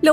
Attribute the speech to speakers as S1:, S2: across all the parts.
S1: Lo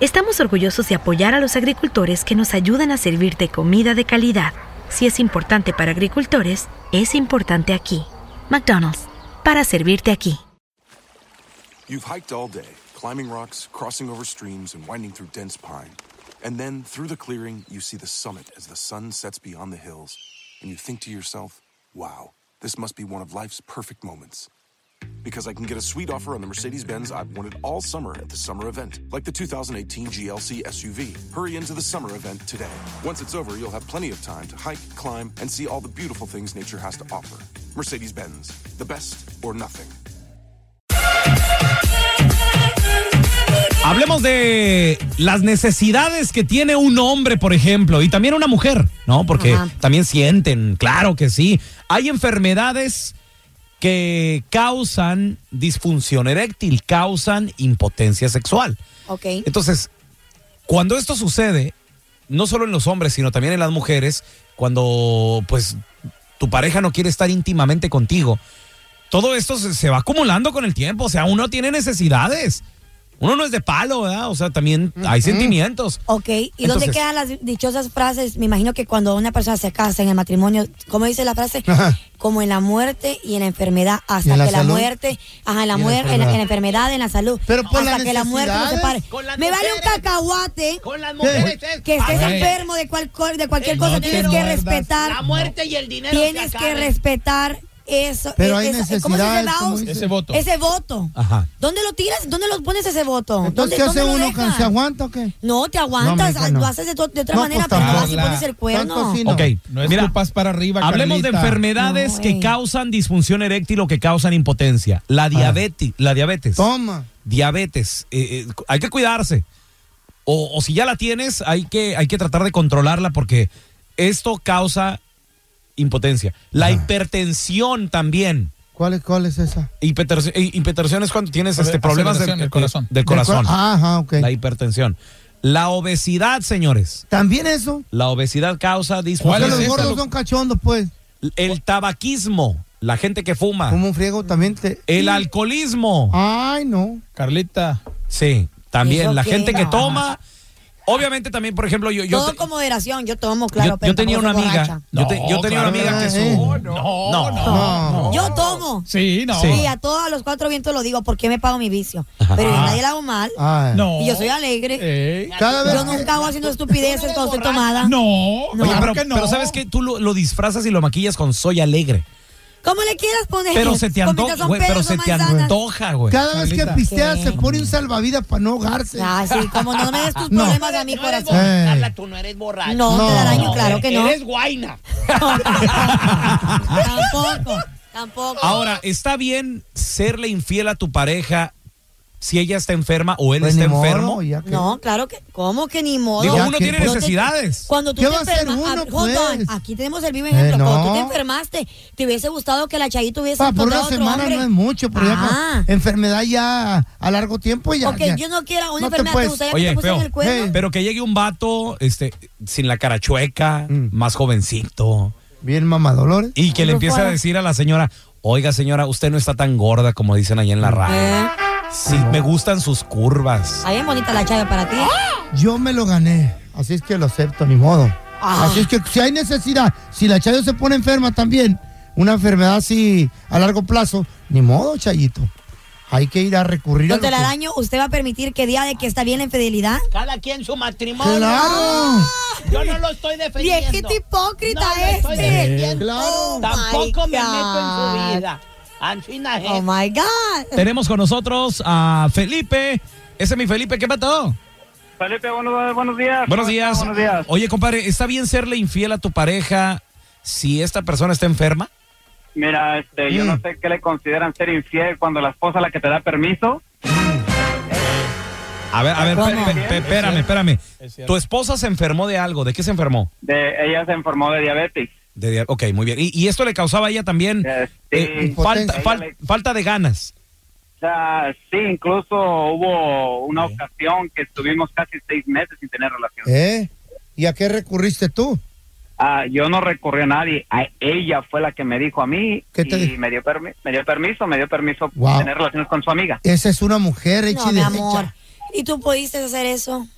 S2: estamos orgullosos de apoyar a los agricultores que nos ayudan a servirte comida de calidad. Si es importante para agricultores, es importante aquí. McDonald's, para servirte aquí.
S3: You've hiked all day, climbing rocks, crossing over streams, and winding through dense pine. And then, through the clearing, you see the summit as the sun sets beyond the hills. And you think to yourself, wow, this must be one of life's perfect moments. Because I can get a sweet offer on the Mercedes Benz I've wanted all summer at the summer event, like the 2018 GLC SUV. Hurry into the summer event today. Once it's over, you'll have plenty of time to hike, climb, and see all the beautiful things nature has to offer. Mercedes Benz, the best or nothing.
S4: Hablemos de las necesidades que tiene un hombre, por ejemplo, y también una mujer, ¿no? Porque
S5: Ajá.
S4: también sienten, claro que sí. Hay enfermedades que causan disfunción eréctil, causan impotencia sexual.
S5: Ok.
S4: Entonces, cuando esto sucede, no solo en los hombres, sino también en las mujeres, cuando pues tu pareja no quiere estar íntimamente contigo, todo esto se, se va acumulando con el tiempo, o sea, uno tiene necesidades. Uno no es de palo, ¿verdad? O sea, también hay sentimientos.
S5: Ok, ¿y dónde
S4: Entonces-
S5: quedan las dichosas frases? Me imagino que cuando una persona se casa en el matrimonio, ¿cómo dice la frase? Como en la muerte y en la enfermedad, hasta
S6: ¿Y en la
S5: que la
S6: salud?
S5: muerte, ajá, en la
S6: Y en la
S5: muerte, en, la- en la enfermedad, en la salud,
S6: Pero por
S5: hasta
S6: las
S5: que la muerte no se
S6: necesidades,
S5: pare.
S7: con las
S5: Me vale un
S7: mujeres.
S5: cacahuate
S7: Con las
S6: mujeres
S5: que estés
S4: Ay.
S5: enfermo de, cual- de cualquier
S7: El
S5: cosa,
S7: dinero,
S5: tienes que
S6: ¿verdad?
S5: respetar,
S7: La muerte y el dinero
S5: tienes
S7: se
S5: que
S7: acaban.
S5: respetar eso. e,
S6: Pero
S5: es-
S6: hay
S5: esa- ¿Cómo se dice,
S6: necesidades, como
S5: Baos?
S6: dice.
S4: Ese voto.
S5: Ese voto.
S4: Ajá.
S5: ¿Dónde lo tiras? ¿Dónde lo pones ese voto?
S6: Entonces, ¿qué
S5: ¿Dónde-
S6: hace
S5: dónde lo
S6: uno?
S5: dejas?
S6: ¿Se aguanta o qué?
S5: No, te aguantas,
S6: No, mijo, no.
S5: lo haces de, to- de otra
S6: No,
S5: manera, pero
S6: pues, tampoco.
S5: vas y pones el cuerno.
S6: Tanto sí, no.
S4: Ok,
S8: No es
S4: mira,
S8: tu paz para arriba,
S4: Hablemos de
S8: Carlita.
S4: enfermedades
S5: No,
S4: que
S5: güey.
S4: causan disfunción eréctil o que causan impotencia. La diabetes, la diabetes.
S6: Toma.
S4: diabetes. eh, eh, cu- hay que cuidarse. O, o si ya la tienes, hay que, hay que tratar de controlarla porque esto causa impotencia. La hipertensión también.
S6: ¿Cuál es, cuál es esa?
S4: Hipertensión, eh, hipertensión es cuando tienes
S8: Ove-
S4: este, problemas del,
S8: aceleración
S5: eh,
S8: del corazón.
S4: del
S6: Del
S4: corazón.
S6: cor- Ajá, ok.
S4: La hipertensión. La obesidad, señores.
S6: También eso.
S4: La obesidad causa
S8: ¿Cuál
S6: Que
S8: es
S6: los
S8: esa,
S4: disfunción.
S6: gordos
S8: loco?
S6: son cachondos, pues.
S4: El tabaquismo, la gente que fuma.
S6: Como un friego también te...
S4: El alcoholismo.
S6: Ay, no.
S8: Carlita,
S4: Sí,
S5: ¿Eso
S4: también. La
S5: qué?
S4: gente que
S5: No.
S4: toma. Obviamente también, por ejemplo, yo, yo
S5: Todo
S4: te-
S5: con moderación, yo tomo,
S4: yo-
S5: claro,
S4: yo,
S5: pero
S4: tenía una
S5: tampoco soy
S4: amiga.
S5: borracha.
S4: Yo, te- yo
S8: No,
S4: tenía una amiga
S8: claro,
S4: que
S6: eh.
S4: su. Oh,
S8: No,
S6: no.
S5: Yo tomo.
S8: sí, no.
S5: Y a todos los cuatro vientos lo digo porque me pago mi vicio. Pero
S4: Ah.
S5: yo a nadie le hago mal.
S6: Ay.
S8: No.
S5: Y yo soy alegre.
S8: Eh,
S6: Cada vez
S5: Yo nunca hago haciendo estupideces cuando estoy tomada.
S8: No,
S5: No.
S4: Oye,
S8: claro
S4: pero,
S8: que no.
S4: pero sabes que tú lo, lo disfrazas y lo maquillas con soy alegre.
S5: Como le quieras poner.
S4: Pero se te
S5: Comienzas
S4: antoja,
S5: son
S4: güey. Pero
S5: peras,
S4: se
S5: son
S4: te
S5: manzanas.
S4: antoja, güey.
S6: Cada vez que
S8: Carlita.
S6: pistea
S5: Sí.
S6: se pone un salvavidas para no ahogarse.
S5: Ah, sí, como no me des tus
S6: No.
S5: problemas a mi
S7: No eres
S5: corazón.
S7: borracha,
S6: Eh.
S7: Carla, tú no eres borracha.
S5: No,
S6: No.
S5: te da daño, claro que no.
S7: Eres guaina.
S5: Tampoco, tampoco.
S4: Ahora, ¿está bien serle infiel a tu pareja si ella está enferma o él
S6: Pues
S4: está
S6: ni modo,
S4: enfermo.
S6: ya que-
S5: No, claro que. ¿Cómo que ni modo?
S4: Digo,
S6: Ya
S4: uno
S6: que- pues,
S4: tiene
S6: Cuando te-
S4: necesidades.
S5: Cuando tú
S6: ¿Qué
S5: te
S6: va a hacer
S5: enfermas,
S6: uno,
S5: a- hold on,
S6: pues?
S5: aquí tenemos el vivo ejemplo. Cuando tú
S6: no.
S5: te enfermaste, te hubiese gustado que la Chayito hubiese
S6: Pa, por
S5: encontrado
S6: una
S5: otro
S6: semana
S5: hombre.
S6: no es mucho, pero
S5: Ah.
S6: ya con enfermedad ya a largo tiempo ya.
S5: Ok,
S6: ya.
S5: yo no quiero una
S6: No te
S5: enfermedad, te
S6: puedes-
S5: gustaría
S4: Oye,
S5: que te pusieran
S4: feo.
S5: el cuerno.
S6: Hey.
S4: Pero que llegue un vato este, sin la cara chueca,
S6: Mm.
S4: más jovencito,
S6: Bien, mamá Dolores.
S4: y que le empiece a decir a la señora, oiga señora, usted no está tan gorda como dicen allá en la radio.
S5: Eh,
S4: Sí, me gustan sus curvas.
S5: ahí es bonita la Chayo para ti.
S6: Yo me lo gané, así es que lo acepto, ni modo.
S5: Ah.
S6: Así es que si hay necesidad, si la Chayo se pone enferma también, una enfermedad así a largo plazo, ni modo, Chayito. Hay que ir a recurrir a
S5: Don
S6: lo que-
S5: Telaraño, ¿usted va a permitir que día de que está bien la infidelidad?
S7: Cada quien su matrimonio.
S6: ¡Claro!
S7: Yo no lo estoy defendiendo.
S5: Viejito hipócrita
S7: No lo estoy
S5: este.
S7: defendiendo.
S6: Claro.
S5: Oh,
S7: Tampoco
S5: my
S7: me meto en
S5: God.
S7: su vida. Anchina
S5: Oh my God.
S4: Tenemos con nosotros a Felipe. Ese es mi Felipe, ¿qué mató?
S8: Felipe, buenos, buenos días.
S4: Buenos días.
S8: Buenos días.
S4: Oye, compadre, ¿está bien serle infiel a tu pareja si esta persona está enferma?
S8: Mira, este, yo
S6: Mm.
S8: no sé qué le consideran ser infiel cuando la esposa es la que te da permiso.
S4: A ver, a ver,
S5: ¿Cómo?
S4: pe- pe- pe- espérame, espérame. Tu esposa se enfermó de algo. ¿De qué se enfermó?
S8: De, ella se enfermó de diabetes.
S4: De dia- ok, muy bien. ¿Y, y esto le causaba a ella también
S8: Eh,
S4: eh,
S8: sí.
S4: falta,
S6: Impotencia.
S4: fal- falta de ganas?
S8: O sea, sí, incluso hubo una ocasión que estuvimos casi seis meses sin tener relación.
S6: ¿Eh? ¿Y a qué recurriste tú?
S8: Ah, yo no recurrí a nadie. A ella fue la que me dijo a mí
S6: ¿Qué te
S8: y
S6: dijo?
S8: me dio, permi- me dio permiso, me dio permiso
S6: Wow.
S8: tener relaciones con su amiga.
S6: Esa es una mujer hecha
S5: No,
S6: y
S5: mi
S6: derecha.
S5: amor. ¿Y tú pudiste hacer eso?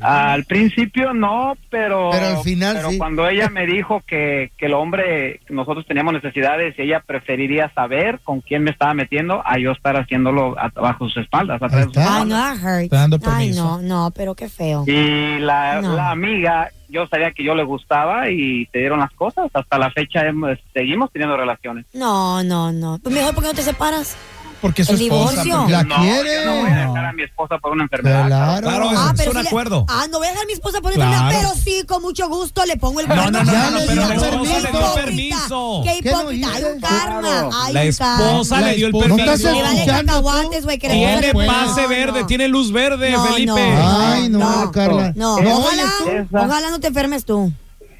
S8: Al principio no, pero,
S6: Pero al final
S8: pero
S6: sí.
S8: cuando ella me dijo que, que el hombre, nosotros teníamos necesidades y ella preferiría saber con quién me estaba metiendo a yo estar haciéndolo a- bajo sus espaldas. atrás
S6: Ahí
S8: de sus
S6: está. Ah,
S5: Ay, no, that
S6: Te dando
S5: hurts. Ay,
S6: permiso.
S5: no, no, pero qué feo.
S8: Y la,
S5: No.
S8: la amiga, yo sabía que yo le gustaba y te dieron las cosas. Hasta la fecha hemos- seguimos teniendo relaciones.
S5: No, no, no. Pues mejor porque no te separas.
S4: Porque
S5: su El esposa, divorcio. porque-
S6: pues, La
S8: no,
S6: quiere.
S8: yo no voy a dejar a mi esposa por una enfermedad.
S6: Claro.
S4: Claro,
S6: Ah,
S4: es, es un
S5: sí le-
S4: acuerdo.
S5: Ah, no voy a dejar a mi esposa por
S4: Claro.
S5: enfermedad, pero sí, con mucho gusto le pongo el
S4: No,
S5: cuerno.
S4: no, no,
S6: Ya no, le pero dio la esposa permiso. le dio
S5: Hipócrita.
S4: permiso.
S5: Qué
S6: ¿Qué no
S5: hipócrita. Hay un
S6: hizo?
S5: karma. Hay
S4: La
S5: un
S4: esposa
S6: La
S4: le dio el
S6: esposa.
S4: permiso.
S6: ¿No estás
S5: karma. Le vale
S6: escuchando tú?
S5: cacahuates, güey. que le
S4: Tiene
S5: pongan el cuerno.
S4: pase
S5: No,
S4: verde,
S5: no.
S4: tiene luz verde,
S5: No,
S4: Felipe.
S5: no.
S6: Ay, no,
S5: No,
S6: Carla.
S5: No,
S6: No,
S5: ojalá,
S6: oye,
S8: tú.
S5: ojalá no te enfermes tú.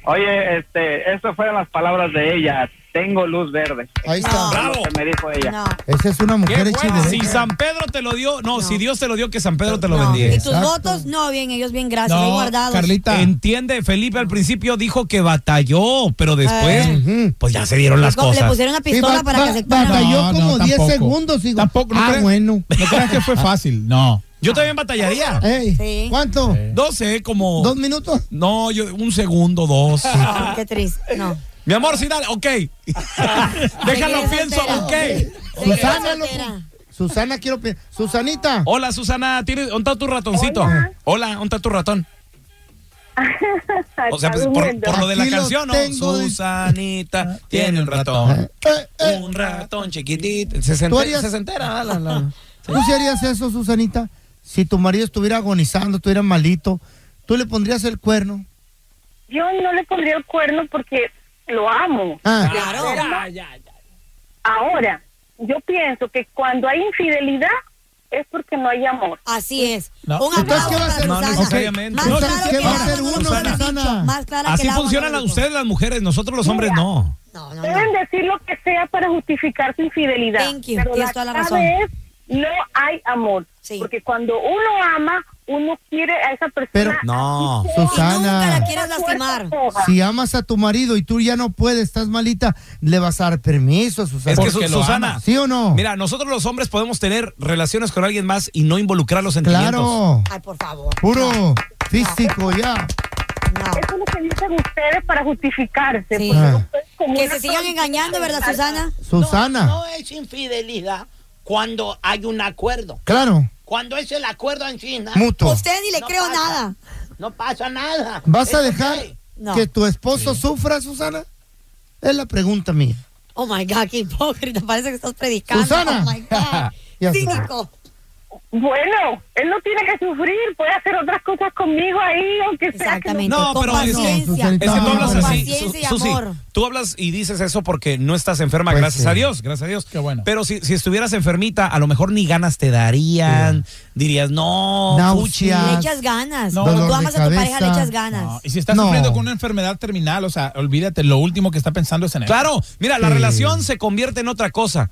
S8: Oye, este, estas fueron las palabras de ella. Tengo luz verde.
S6: Ahí está.
S8: Fue lo
S4: Bravo.
S8: que me dijo ella.
S5: No.
S6: Esa es una
S4: Qué
S6: mujer hecha y
S4: bueno. Si
S6: derecha.
S4: San Pedro te lo dio, no,
S5: No.
S4: si Dios te lo dio, que San Pedro te lo
S5: no.
S4: bendiga.
S5: Y tus
S6: Exacto.
S5: votos, no, bien, ellos bien, gracias, ahí guardados.
S4: Entiende, Felipe al principio dijo que batalló, pero después,
S6: Eh.
S4: pues ya se dieron las
S5: Le co- Le
S4: cosas.
S5: pusieron una
S6: Sí,
S5: pistola
S6: ba-
S5: para
S6: ba-
S5: que se
S6: batalló
S9: No, no,
S6: como 10
S9: tampoco.
S6: segundos. Digo,
S9: Tampoco, no
S6: ah,
S9: creas-
S6: bueno. Ah,
S9: No creas que fue fácil, no.
S4: Yo también batallaría.
S6: Ey,
S5: Sí.
S6: ¿Cuánto?
S4: 12, como.
S6: ¿Dos minutos?
S4: No, yo, un segundo, dos.
S5: Ah, Qué triste. No.
S4: Mi amor, sí, dale, ok. Déjalo,
S5: Seguiré
S4: pienso,
S5: soltera.
S4: ok.
S5: Seguiré
S6: Susana, loco.
S5: soltera.
S6: Susana, quiero. pe- Susanita.
S4: Hola, Susana, ¿tienes, ¿dónde está tu ratoncito? Hola, ¿dónde está tu ratón? O sea, pues, por, por lo de la
S6: Aquí lo
S4: canción, ¿no?
S6: tengo. Ah,
S4: Susanita tiene un ratón.
S6: Eh, eh,
S4: Un ratón chiquitito. Se,
S6: ¿Tú
S4: sente-
S6: harías-
S4: se entera, la, la- la.
S6: ¿Tú sí harías eso, Susanita? Si tu marido estuviera agonizando, estuviera malito, ¿tú le pondrías el cuerno?
S10: Yo no le pondría el cuerno porque lo amo.
S6: Ah,
S7: Claro. Ya, ya.
S10: Ahora, yo pienso que cuando hay infidelidad es porque no hay amor.
S5: Así es.
S4: No.
S5: Un
S6: Entonces,
S5: aplauso
S6: ¿qué va a
S5: para
S6: hacer?
S4: No
S5: Susana.
S4: necesariamente.
S5: Más
S4: No,
S5: claro
S4: ¿qué
S5: que
S4: va a
S5: agua
S4: hacer
S5: cuando
S4: uno,
S5: no lo han
S6: Susana?
S5: dicho. Más clara que
S4: Así
S5: el agua cuando
S4: funcionan a
S5: lo dijo.
S4: ustedes las mujeres, nosotros los hombres no.
S5: No, no,
S10: Pueden
S5: no.
S10: decir lo que sea para justificar su infidelidad.
S5: Thank you.
S10: Pero
S5: Tienes
S10: la
S5: toda la
S10: clave es, no hay amor.
S5: Sí.
S10: Porque cuando uno ama, uno quiere a esa persona.
S6: Pero-
S10: así
S4: No.
S10: sea
S6: Susana.
S5: nunca la
S10: una
S5: quieres
S10: fuerza
S5: lastimar.
S10: coja.
S6: Si amas a tu marido y tú ya no puedes, estás malita, le vas a dar permiso, Susana.
S4: Es que
S6: Porque
S4: Su-
S6: lo
S4: Susana,
S6: amas. ¿Sí o no?
S4: Mira, nosotros los hombres podemos tener relaciones con alguien más y no involucrar los sentimientos.
S6: claro.
S5: Ay, por favor.
S6: Puro físico, ya.
S10: Eso es lo que dicen ustedes para justificarse.
S5: Sí.
S10: porque
S6: Ah.
S10: ustedes como
S5: Que
S10: una
S5: se sigan
S10: tonta.
S5: engañando, ¿verdad, Susana?
S6: Susana.
S7: No, no es infidelidad cuando hay un acuerdo.
S6: Claro.
S7: Cuando es el acuerdo en China,
S6: Mutuo.
S5: Usted ni le
S7: No
S5: creo
S7: pasa.
S5: nada.
S7: no pasa nada.
S6: ¿Vas a
S7: Es
S6: dejar
S7: ok.
S5: No.
S6: que tu esposo sufra, Susana? Es la pregunta mía.
S5: Oh my God, qué hipócrita. Parece que estás predicando.
S6: Susana.
S5: Oh my God.
S6: Ya sé.
S5: Cínico.
S10: Bueno, él no tiene que sufrir, puede hacer otras cosas conmigo ahí, aunque sea. que
S4: No, pero es que, es
S6: paciencia,
S4: que tú
S6: con
S4: hablas así.
S10: paciencia y
S4: Su- Susi,
S10: amor.
S4: tú hablas y dices eso porque no estás enferma,
S9: Pues
S4: gracias
S9: sí.
S4: a Dios, gracias a Dios. Pero si, si estuvieras enfermita, a lo mejor ni ganas te darían, dirías, no, puchi.
S5: Le echas ganas.
S9: No.
S5: Cuando tú
S9: Dolor de
S5: amas a tu pareja, le
S9: cabeza.
S5: echas ganas.
S9: Ah, Y si estás
S4: No.
S9: sufriendo con una enfermedad terminal, o sea, olvídate, lo último que está pensando es en él.
S4: Claro, mira, la relación se convierte en otra cosa.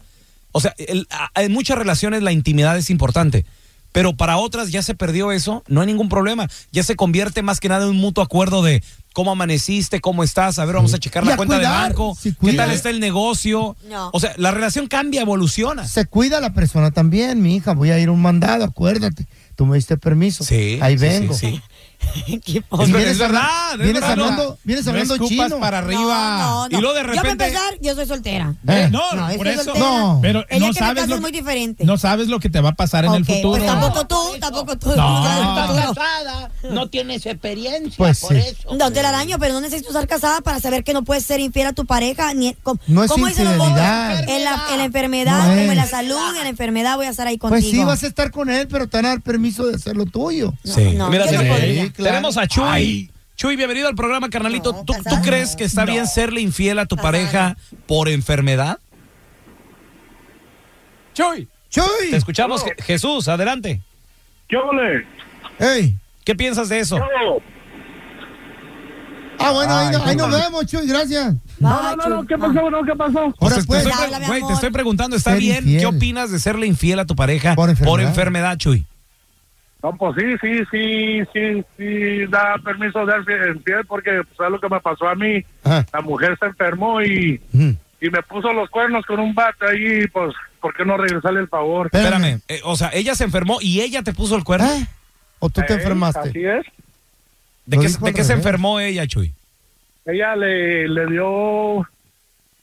S4: O sea, el- a- en muchas relaciones la intimidad es importante, pero para otras ya se perdió eso, no hay ningún problema. Ya se convierte más que nada en un mutuo acuerdo de cómo amaneciste, cómo estás, a ver, vamos a checar
S6: Y
S4: la
S6: a
S4: cuenta
S6: cuidar,
S4: de banco,
S6: sí,
S4: qué
S6: cuida.
S4: tal está el negocio.
S6: No.
S4: O sea, la relación cambia, evoluciona.
S6: Se cuida la persona también, mi hija. Voy a ir a un mandado, acuérdate. Tú me diste permiso. Sí. Ahí
S4: sí,
S6: vengo.
S4: sí,
S6: Y
S4: Es-
S6: vienes
S4: es verdad,
S6: habla-
S4: es
S6: Vienes
S4: verdad.
S6: hablando, vienes
S4: No
S6: hablando
S4: escupas
S6: chino.
S4: para arriba.
S5: No, no.
S4: Y luego de
S5: Yo
S4: repente-
S5: para empezar, yo soy soltera.
S9: Eh,
S5: yo
S9: no,
S5: soy
S9: por eso.
S5: soltera.
S9: pero
S5: el día
S9: no
S5: que me
S9: sabes,
S5: caso
S9: lo,
S5: es muy diferente.
S9: no sabes lo que te va a pasar en el
S5: Ok, pues
S9: futuro.
S5: tampoco tú, tampoco tú.
S9: No.
S5: Tú no.
S7: casada, no tienes experiencia
S9: Pues
S7: por
S9: sí.
S7: eso.
S5: No te la daño, pero no necesitas estar casada para saber que no puedes ser infiel a tu pareja. Ni, com-
S6: No es
S5: ¿cómo dicen los hombres?
S6: infidelidad.
S5: En la, en la enfermedad,
S6: No
S5: como en la
S6: es.
S5: salud, en la enfermedad voy a estar ahí contigo.
S6: Pues sí, vas a estar con él, pero te van a dar permiso de hacer lo tuyo.
S4: Sí.
S5: no,
S4: Mira,
S5: yo no
S4: tenemos-
S6: ¿eh?
S5: podría.
S4: tenemos a Chuy.
S9: Ay.
S4: Chuy, bienvenido al programa, carnalito. ¿Tú, tú crees que está bien serle infiel a tu pareja por enfermedad? Chuy.
S6: Chuy.
S4: Te escuchamos, Je- Jesús, adelante.
S11: ¿Qué ole?
S6: Ey.
S4: ¿Qué piensas de eso?
S6: Ah, bueno, ahí,
S4: Ay,
S6: no- ahí nos
S4: Chuy.
S6: vemos, Chuy. Gracias.
S11: No, no, no, ¿qué pasó? No, ¿qué pasó?
S4: Pues te, estoy pre- güey, te estoy preguntando, ¿está
S6: Ser
S4: bien?
S6: infiel.
S4: ¿Qué opinas de serle infiel a tu pareja por enfermedad, Chuy?
S11: No, pues sí, sí, sí, sí, sí, da permiso de ser infiel porque pues, es lo que me pasó a mí. La mujer se enfermó y, y me puso los cuernos con un bate ahí, pues, ¿por qué no regresarle el favor?
S4: Espérame. eh, o sea, ella se enfermó y ella te puso el cuerno.
S5: Ah.
S6: ¿O tú
S11: te enfermaste? Así es.
S4: ¿De
S11: Lo
S4: qué,
S11: dijo
S4: de
S11: al
S4: qué se
S11: revés.
S4: enfermó ella, Chuy?
S11: Ella le, le dio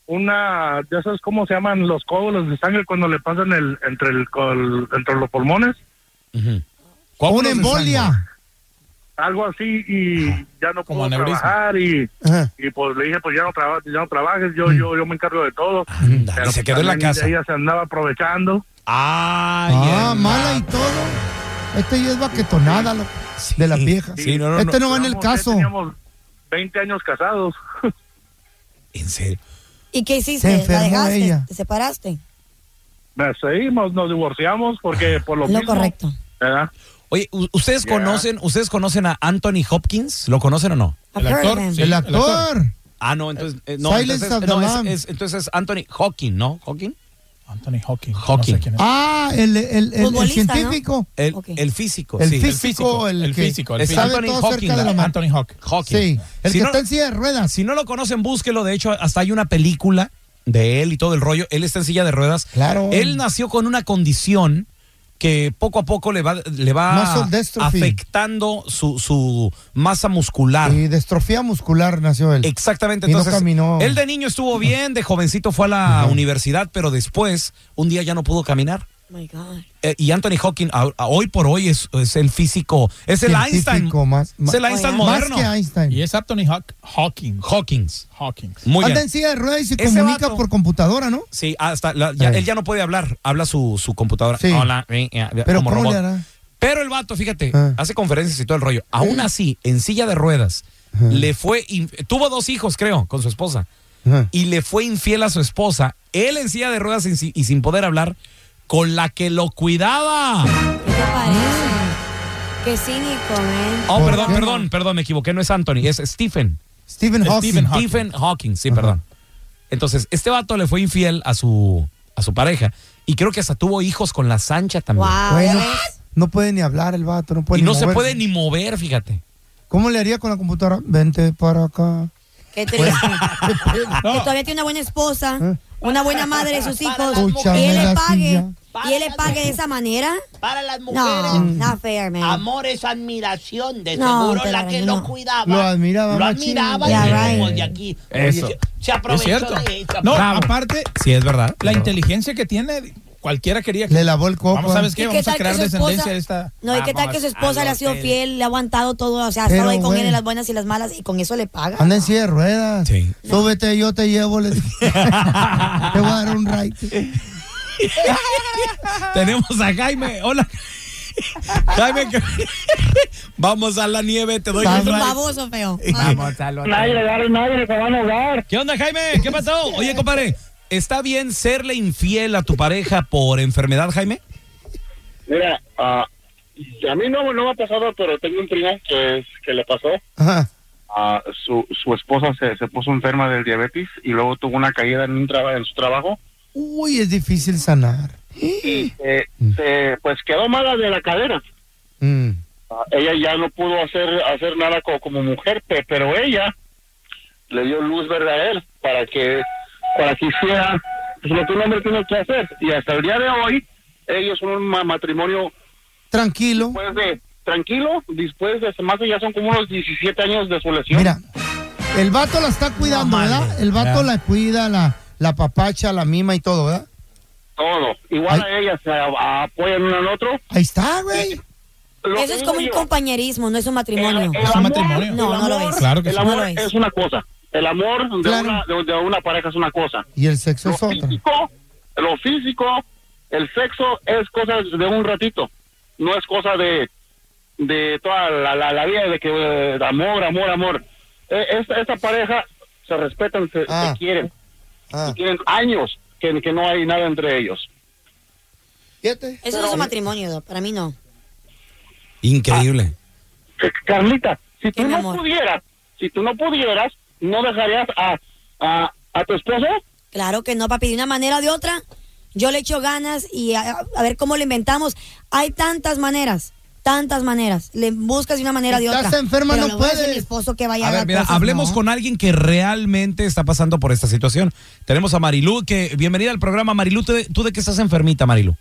S11: una, ya sabes cómo se llaman los coágulos de sangre cuando le pasan el, entre, el, col- entre los pulmones.
S4: Coágulos
S6: Una
S4: de
S6: embolia.
S11: algo así y ya no puedo
S4: aneurisma.
S11: trabajar y,
S6: Ajá. Mm.
S11: y pues le dije pues ya no, traba- ya no trabajes yo yo yo me encargo de todo pues
S4: y se quedó en la
S11: también
S4: casa.
S11: ella se andaba aprovechando
S6: ah, mala y todo. Este ya es baquetonada lo- de las viejas.
S11: Sí, no, no,
S6: este
S11: no.
S6: no, va en el
S11: Teníamos-
S6: caso.
S11: teníamos 20 años casados
S4: ¿En serio?
S5: ¿Y qué
S6: Se
S5: hiciste? ¿La
S6: enfermó
S5: dejaste?
S6: ella.
S5: ¿Te separaste?
S11: nos seguimos nos divorciamos porque por lo,
S5: Lo
S11: mismo,
S5: correcto.
S11: ¿verdad?
S4: Oye, u- ¿ustedes
S11: Yeah.
S4: conocen ustedes conocen a Anthony Hopkins? ¿Lo conocen o no?
S5: I've heard of him.
S9: sí, el actor.
S4: Ah, no, entonces eh, no,
S6: Silence
S4: entonces,
S6: of the
S4: no, es-
S6: Lamb.
S4: es- entonces es Anthony Hawking, ¿no? Hawking.
S9: Anthony Hawking.
S4: Hawking.
S9: No sé quién es.
S6: Ah, el, el, el- el
S5: Futbolista, ¿no?
S6: científico.
S4: El, el físico,
S6: El
S4: sí.
S6: físico, el,
S9: El
S6: que
S9: físico, el
S4: Es
S9: físico.
S6: sabe
S4: Anthony
S6: todo
S4: Hawking, Ah,
S6: acerca de la
S4: ¿no?
S6: mata.
S9: Anthony Hawking.
S4: Hawking.
S6: Sí, el
S4: Si
S6: que
S4: no-
S6: está en silla de ruedas.
S4: Si no lo conocen, búsquelo. De hecho, hasta hay una película de él y todo el rollo. Él está en silla de ruedas.
S6: Claro.
S4: Él nació con una condición que poco a poco le va, le va
S6: Muscle dystrophy.
S4: afectando su, su masa muscular.
S6: Y destrofía muscular nació él.
S4: Exactamente.
S6: Y no
S4: Entonces,
S6: caminó.
S4: él de niño estuvo bien, de jovencito fue a la universidad, pero después un día ya no pudo caminar.
S5: Oh my God.
S4: Eh, y Anthony Hawking a- a- hoy por hoy es, es el físico, es el Einstein,
S6: Científico, más-
S4: es el
S6: más-
S5: Oigan.
S4: Einstein
S6: Más
S4: moderno.
S6: que Einstein.
S9: Y es Anthony Hawk- Hawking.
S4: Hawkins.
S9: Hawking.
S4: Muy
S6: Anda
S4: bien.
S6: en silla de ruedas y se
S4: Ese
S6: comunica
S4: vato-
S6: por computadora, ¿no?
S4: Sí, hasta la- ya-
S6: Sí.
S4: él ya no puede hablar, habla su, su computadora.
S6: Sí.
S4: Hola, eh, eh,
S6: Pero
S4: como
S6: ¿cómo
S4: robot.
S6: le hará?
S4: Pero el vato, fíjate,
S6: Ah. Eh.
S4: hace conferencias y todo el rollo. Aún así, en silla de ruedas, le fue in- tuvo dos hijos, creo, con su esposa.
S6: Ajá.
S4: Y le fue infiel a su esposa, él en silla de ruedas sin- y sin poder hablar, con la que lo cuidaba.
S5: ¿Qué te parece? Qué cínico, man.
S4: Oh,
S6: ¿Por
S4: perdón,
S6: qué?
S4: perdón, perdón, me equivoqué, no es Anthony, es Stephen.
S6: Stephen Hawking.
S9: Stephen Hawking.
S4: Stephen Hawking, sí, perdón. Entonces, este vato le fue infiel a su, a su pareja y creo que hasta tuvo hijos con la Sancha también.
S5: Wow,
S6: Bueno,
S5: ¿ya
S6: pues
S5: Ah, ves?
S6: no puede ni hablar el vato, no puede
S4: y
S6: ni
S4: no se
S6: moverse.
S4: puede ni mover, fíjate.
S6: ¿Cómo le haría con la computadora? Vente para acá.
S5: Qué triste. Que todavía tiene una buena esposa, una buena madre de sus hijos.
S6: Escúchame
S5: Y él
S6: la
S5: le pague.
S7: silla.
S5: Y él le pague de esa manera.
S7: Para las mujeres,
S5: No, not fair, man.
S7: amor es admiración. De
S5: No,
S7: seguro
S5: te
S7: la
S5: la
S7: que
S5: daño,
S7: lo
S5: no.
S7: cuidaba.
S6: Lo admiraba,
S7: Lo
S6: machín.
S7: admiraba y
S5: Yeah,
S7: le
S5: right.
S7: dijimos de aquí.
S4: Eso.
S7: Se, se
S9: Es
S7: aprovechó
S9: cierto.
S7: de esa
S9: No,
S4: Bravo.
S9: aparte,
S4: Sí, es verdad.
S9: la inteligencia que tiene, cualquiera quería que.
S6: Le lavó el coco.
S9: Vamos, ¿sabes
S5: ¿Y
S9: qué?
S5: qué
S9: Vamos a
S5: tal que
S9: crear
S5: su
S9: descendencia
S5: esposa-
S9: de esta.
S5: No, y qué tal
S4: Vamos
S5: que su esposa
S4: al
S5: le ha sido
S4: hotel.
S5: fiel, le ha aguantado todo, o sea, ha
S6: Pero,
S5: estado ahí con él
S6: güey.
S5: en las buenas y las malas, y con eso le paga.
S6: Anda en silla de ruedas.
S4: Sí.
S6: Súbete, yo te llevo. le- te voy a dar un ride.
S4: Tenemos a Jaime. Hola. Jaime, que- vamos a la nieve, te doy
S5: Estás
S4: un
S5: un
S4: ride.
S5: baboso feo.
S4: Vamos a
S5: Nadie le agarre,
S4: nadie le van a dar. ¿Qué onda, Jaime? ¿Qué pasó? Oye, compadre, ¿está bien serle infiel a tu pareja por enfermedad, Jaime?
S12: Mira, ah, a mí no, no me ha pasado, pero tengo un primo que, es- que le pasó.
S11: Ah, su, su esposa se, se puso enferma del diabetes y luego tuvo una caída en, un traba- en su trabajo.
S6: Uy, es difícil sanar.
S12: Y eh, se, pues quedó mala de la cadera.
S6: Mm.
S12: Ah, ella ya no pudo hacer hacer nada co- como, mujer, pe- pero ella le dio luz verde a él para que para que hiciera pues, lo que un hombre tiene que hacer. Y hasta el día de hoy, ellos son un ma- matrimonio
S6: tranquilo.
S12: Después de, tranquilo, después de más ya son como unos 17 años de su lesión.
S6: Mira, El vato la está cuidando, ¿verdad? El vato la cuida, la, la papacha, la mima y todo, ¿verdad?
S12: Todo. Igual a ellas se a- apoyan uno al otro.
S6: Ahí está, güey.
S5: Eso es como un compañerismo, no es un matrimonio.
S12: ¿Es un matrimonio?
S5: No, no lo es.
S12: El
S5: No lo
S12: amor
S5: es.
S12: es una cosa. El amor de, una, de, de una pareja es una cosa.
S6: Y el sexo es otra.
S12: Físico, lo físico, el sexo es cosa de un ratito. No es cosa de, de toda la, la- la vida de que eh, amor, amor, amor. Eh, esta, esta pareja se respetan, se, se quieren. Y Tienen años que, que no hay nada entre ellos.
S5: Eso no es un matrimonio, para mí no.
S4: Increíble.
S12: Ah, Carlita, si tú
S5: mi
S12: no
S5: amor.
S12: pudieras, si tú no pudieras, ¿no dejarías a, a, a tu esposo?
S5: Claro que no, papi. De una manera o de otra, yo le echo ganas y a, a ver cómo lo inventamos. Hay tantas maneras, tantas maneras. Le buscas de una manera o de
S6: Si
S5: otra.
S6: estás enferma,
S5: Pero
S6: no
S5: le voy a decir
S6: puedes.
S5: a mi esposo que vaya
S4: A ver,
S5: dar
S4: mira,
S5: clases,
S4: hablemos
S5: no.
S4: con alguien que realmente está pasando por esta situación. Tenemos a Marilú, que bienvenida al programa. Marilú, ¿tú de, tú de qué estás enfermita, Marilú?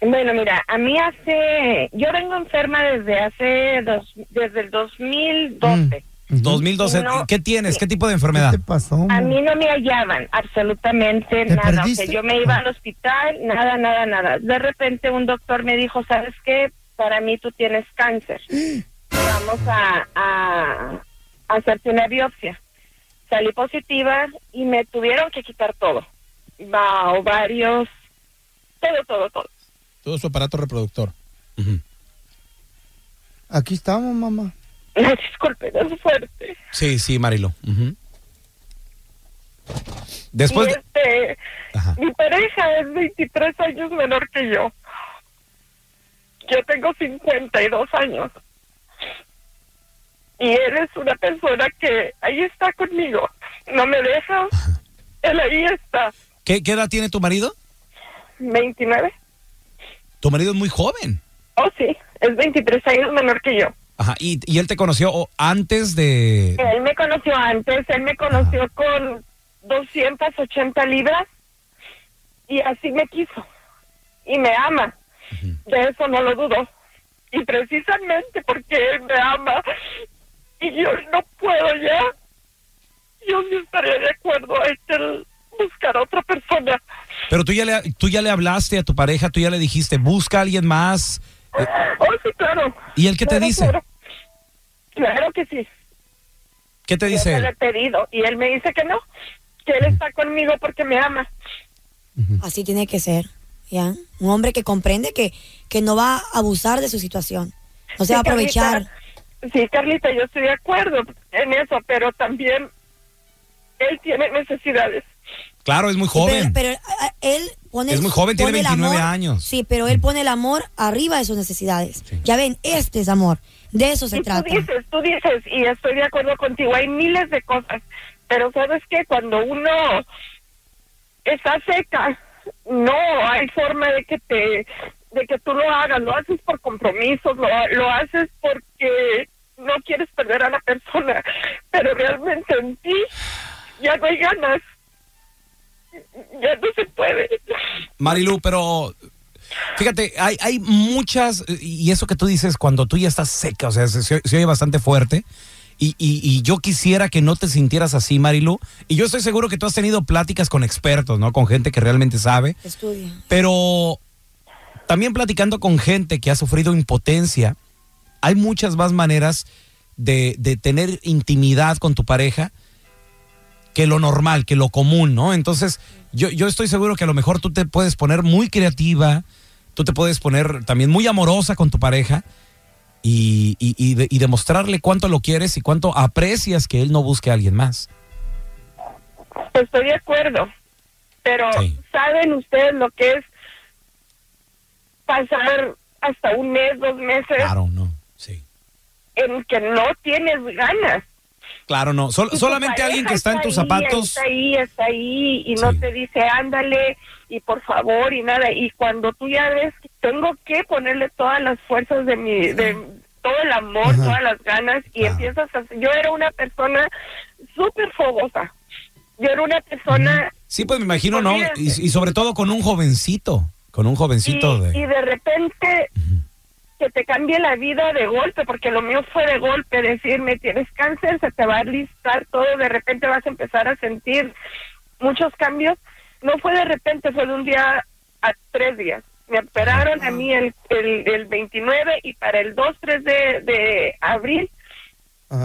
S10: Bueno, mira, a mí hace, yo vengo enferma desde hace dos, desde el 2012.
S4: 2012,
S10: No.
S4: ¿qué tienes? ¿Qué tipo de enfermedad? ¿Qué te
S6: pasó?
S10: A mí no me hallaban absolutamente
S4: ¿Te
S10: nada. O
S4: perdiste? Ah.
S10: sea, yo me iba al hospital, nada, nada, nada. De repente un doctor me dijo, ¿sabes qué? Para mí tú tienes cáncer. Vamos a, a- a hacerte una biopsia. Salí positiva y me tuvieron que quitar todo. Va, ovarios, todo, todo, todo.
S9: Todo su aparato reproductor.
S6: Aquí estamos, mamá.
S10: Disculpe, es fuerte.
S4: Sí, sí, Marilú. Ujú. Después
S10: Y
S4: de-
S10: este, mi pareja es 23 años menor que yo. Yo tengo 52 años. Y él es una persona que ahí está conmigo. No me deja. Él ahí está.
S4: ¿qué, ¿Qué edad tiene tu marido?
S10: 29.
S4: Tu marido es muy joven.
S10: Oh, sí. Es 23 años menor que yo.
S4: Ajá, y, y él te conoció oh, antes de...
S10: Él me conoció antes. Él me conoció con 280 libras. Y así me quiso. Y me ama. De eso no lo dudo. Y precisamente porque él me ama y yo no puedo ya, yo sí estaría de acuerdo Este, a que él buscar a otra persona.
S4: Pero tú ya, le, tú ya le hablaste a tu pareja, tú ya le dijiste, busca a alguien más. Eh,
S10: Oh, sí, claro.
S4: ¿Y él qué te
S10: Claro,
S4: dice?
S10: Claro, Claro que sí.
S4: ¿Qué te
S10: Yo
S4: dice
S10: se
S4: él?
S10: lo he pedido y él me dice que no, que él está conmigo porque me ama.
S5: Así tiene que ser, ¿ya? Un hombre que comprende que, que no va a abusar de su situación. No se
S10: Sí,
S5: va a aprovechar.
S10: Carlita. sí, Carlita, yo estoy de acuerdo en eso, pero también él tiene necesidades.
S4: Claro, es muy joven.
S5: Pero a- a- él pone...
S4: Es muy joven, tiene
S5: pone el
S4: 29
S5: amor-
S4: años. Mm.
S5: Sí, pero él pone el amor arriba de sus necesidades. Ya ven, este es amor. De eso se
S10: y
S5: trata.
S10: Tú dices, tú dices, y estoy de acuerdo contigo, hay miles de cosas, pero sabes que cuando uno está seca, no hay forma de que te de que tú lo hagas, lo haces por compromisos, lo, ha- lo haces porque Eh, no quieres perder a la persona, pero realmente en ti ya no hay ganas, ya no se puede.
S4: Marilu, pero fíjate, hay, hay muchas, y eso que tú dices cuando tú ya estás seca, o sea, se, se- se oye bastante fuerte. Y, y- y yo quisiera que no te sintieras así, Marilu. Y yo estoy seguro que tú has tenido pláticas con expertos, ¿no? Con gente que realmente sabe.
S5: Estudia.
S4: Pero también platicando con gente que ha sufrido impotencia, hay muchas más maneras de, de tener intimidad con tu pareja que lo normal, que lo común, ¿no? Entonces, yo, yo estoy seguro que a lo mejor tú te puedes poner muy creativa, Tú te puedes poner también muy amorosa con tu pareja y, y- y de- y demostrarle cuánto lo quieres y cuánto aprecias que él no busque a alguien más.
S10: Estoy de acuerdo, pero ¿saben ustedes lo que es pasar hasta un mes, dos meses?
S4: Claro, no,
S10: En que no tienes ganas.
S4: Claro, no. Sol-
S10: Y tu
S4: solamente
S10: pareja
S4: alguien que está en tus
S10: ahí,
S4: zapatos.
S10: Está ahí, está ahí, y no te dice, ándale, y por favor, y nada. Y cuando tú ya ves, que tengo que ponerle todas las fuerzas de mi, de todo el amor, todas las ganas, y
S4: Ah.
S10: empiezas a... Yo era una persona súper fogosa. Yo era una persona...
S4: Sí, pues me imagino, ¿no? Y, y sobre todo con un jovencito. Con un jovencito
S10: y,
S4: de.
S10: y de repente que te cambie la vida de golpe, porque lo mío fue de golpe, decirme tienes cáncer, se te va a listar todo, de repente vas a empezar a sentir muchos cambios. No fue de repente, fue de un día a tres días. Me operaron a mí el, el, el 29 y para el 2-3 de, de abril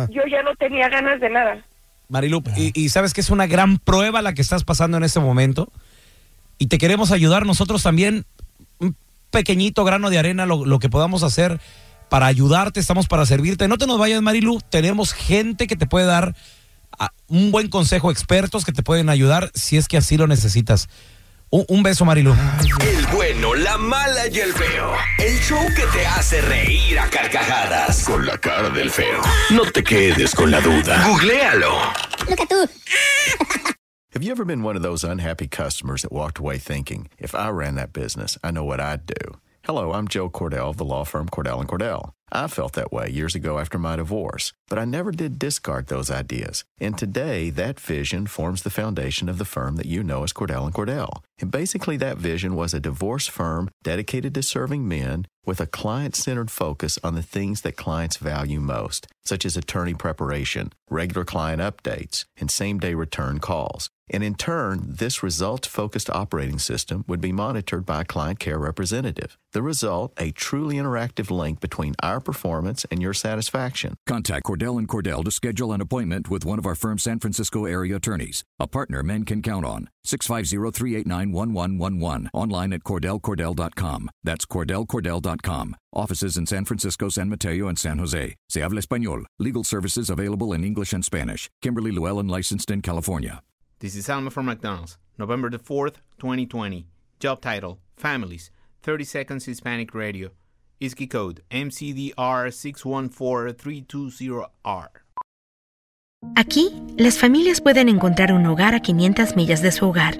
S10: yo ya no tenía ganas de nada.
S4: Marilup, y, y sabes que es una gran prueba la que estás pasando en este momento. Y te queremos ayudar nosotros también. Un pequeñito grano de arena, lo, lo que podamos hacer para ayudarte, estamos para servirte. No te nos vayas, Marilu. Tenemos gente que te puede dar ah, un buen consejo, expertos que te pueden ayudar si es que así lo necesitas. Un, un beso, Marilu.
S13: El bueno, la mala y el feo. El show que te hace reír a carcajadas. Con la cara del feo. No te quedes con la duda. Googlealo.
S14: Look at tú.
S15: Have you ever been one of those unhappy customers that walked away thinking, if I ran that business, I know what I'd do? Hello, I'm Joe Cordell of the law firm Cordell and Cordell. I felt that way years ago after my divorce, but I never did discard those ideas. And today, that vision forms the foundation of the firm that you know as Cordell and Cordell. And basically, that vision was a divorce firm dedicated to serving men with a client centered focus on the things that clients value most, such as attorney preparation, regular client updates, and same day return calls. And in turn, this results focused operating system would be monitored by a client care representative. The result, a truly interactive link between our performance and your satisfaction.
S16: Contact Cordell and Cordell to schedule an appointment with one of our firm's San Francisco area attorneys, a partner men can count on. 650-389-1111. Online at cordellcordell.com. That's cordellcordell.com. Offices in San Francisco, San Mateo, and San Jose. Se habla español. Legal services available in English and Spanish. Kimberly Llewellyn licensed in California.
S17: This is Alma from McDonald's, November the 4th, 2020. Job title Families, 30 Seconds Hispanic Radio. ISKI code MCDR614320R.
S2: Aquí, las familias pueden encontrar un hogar a 500 millas de su hogar.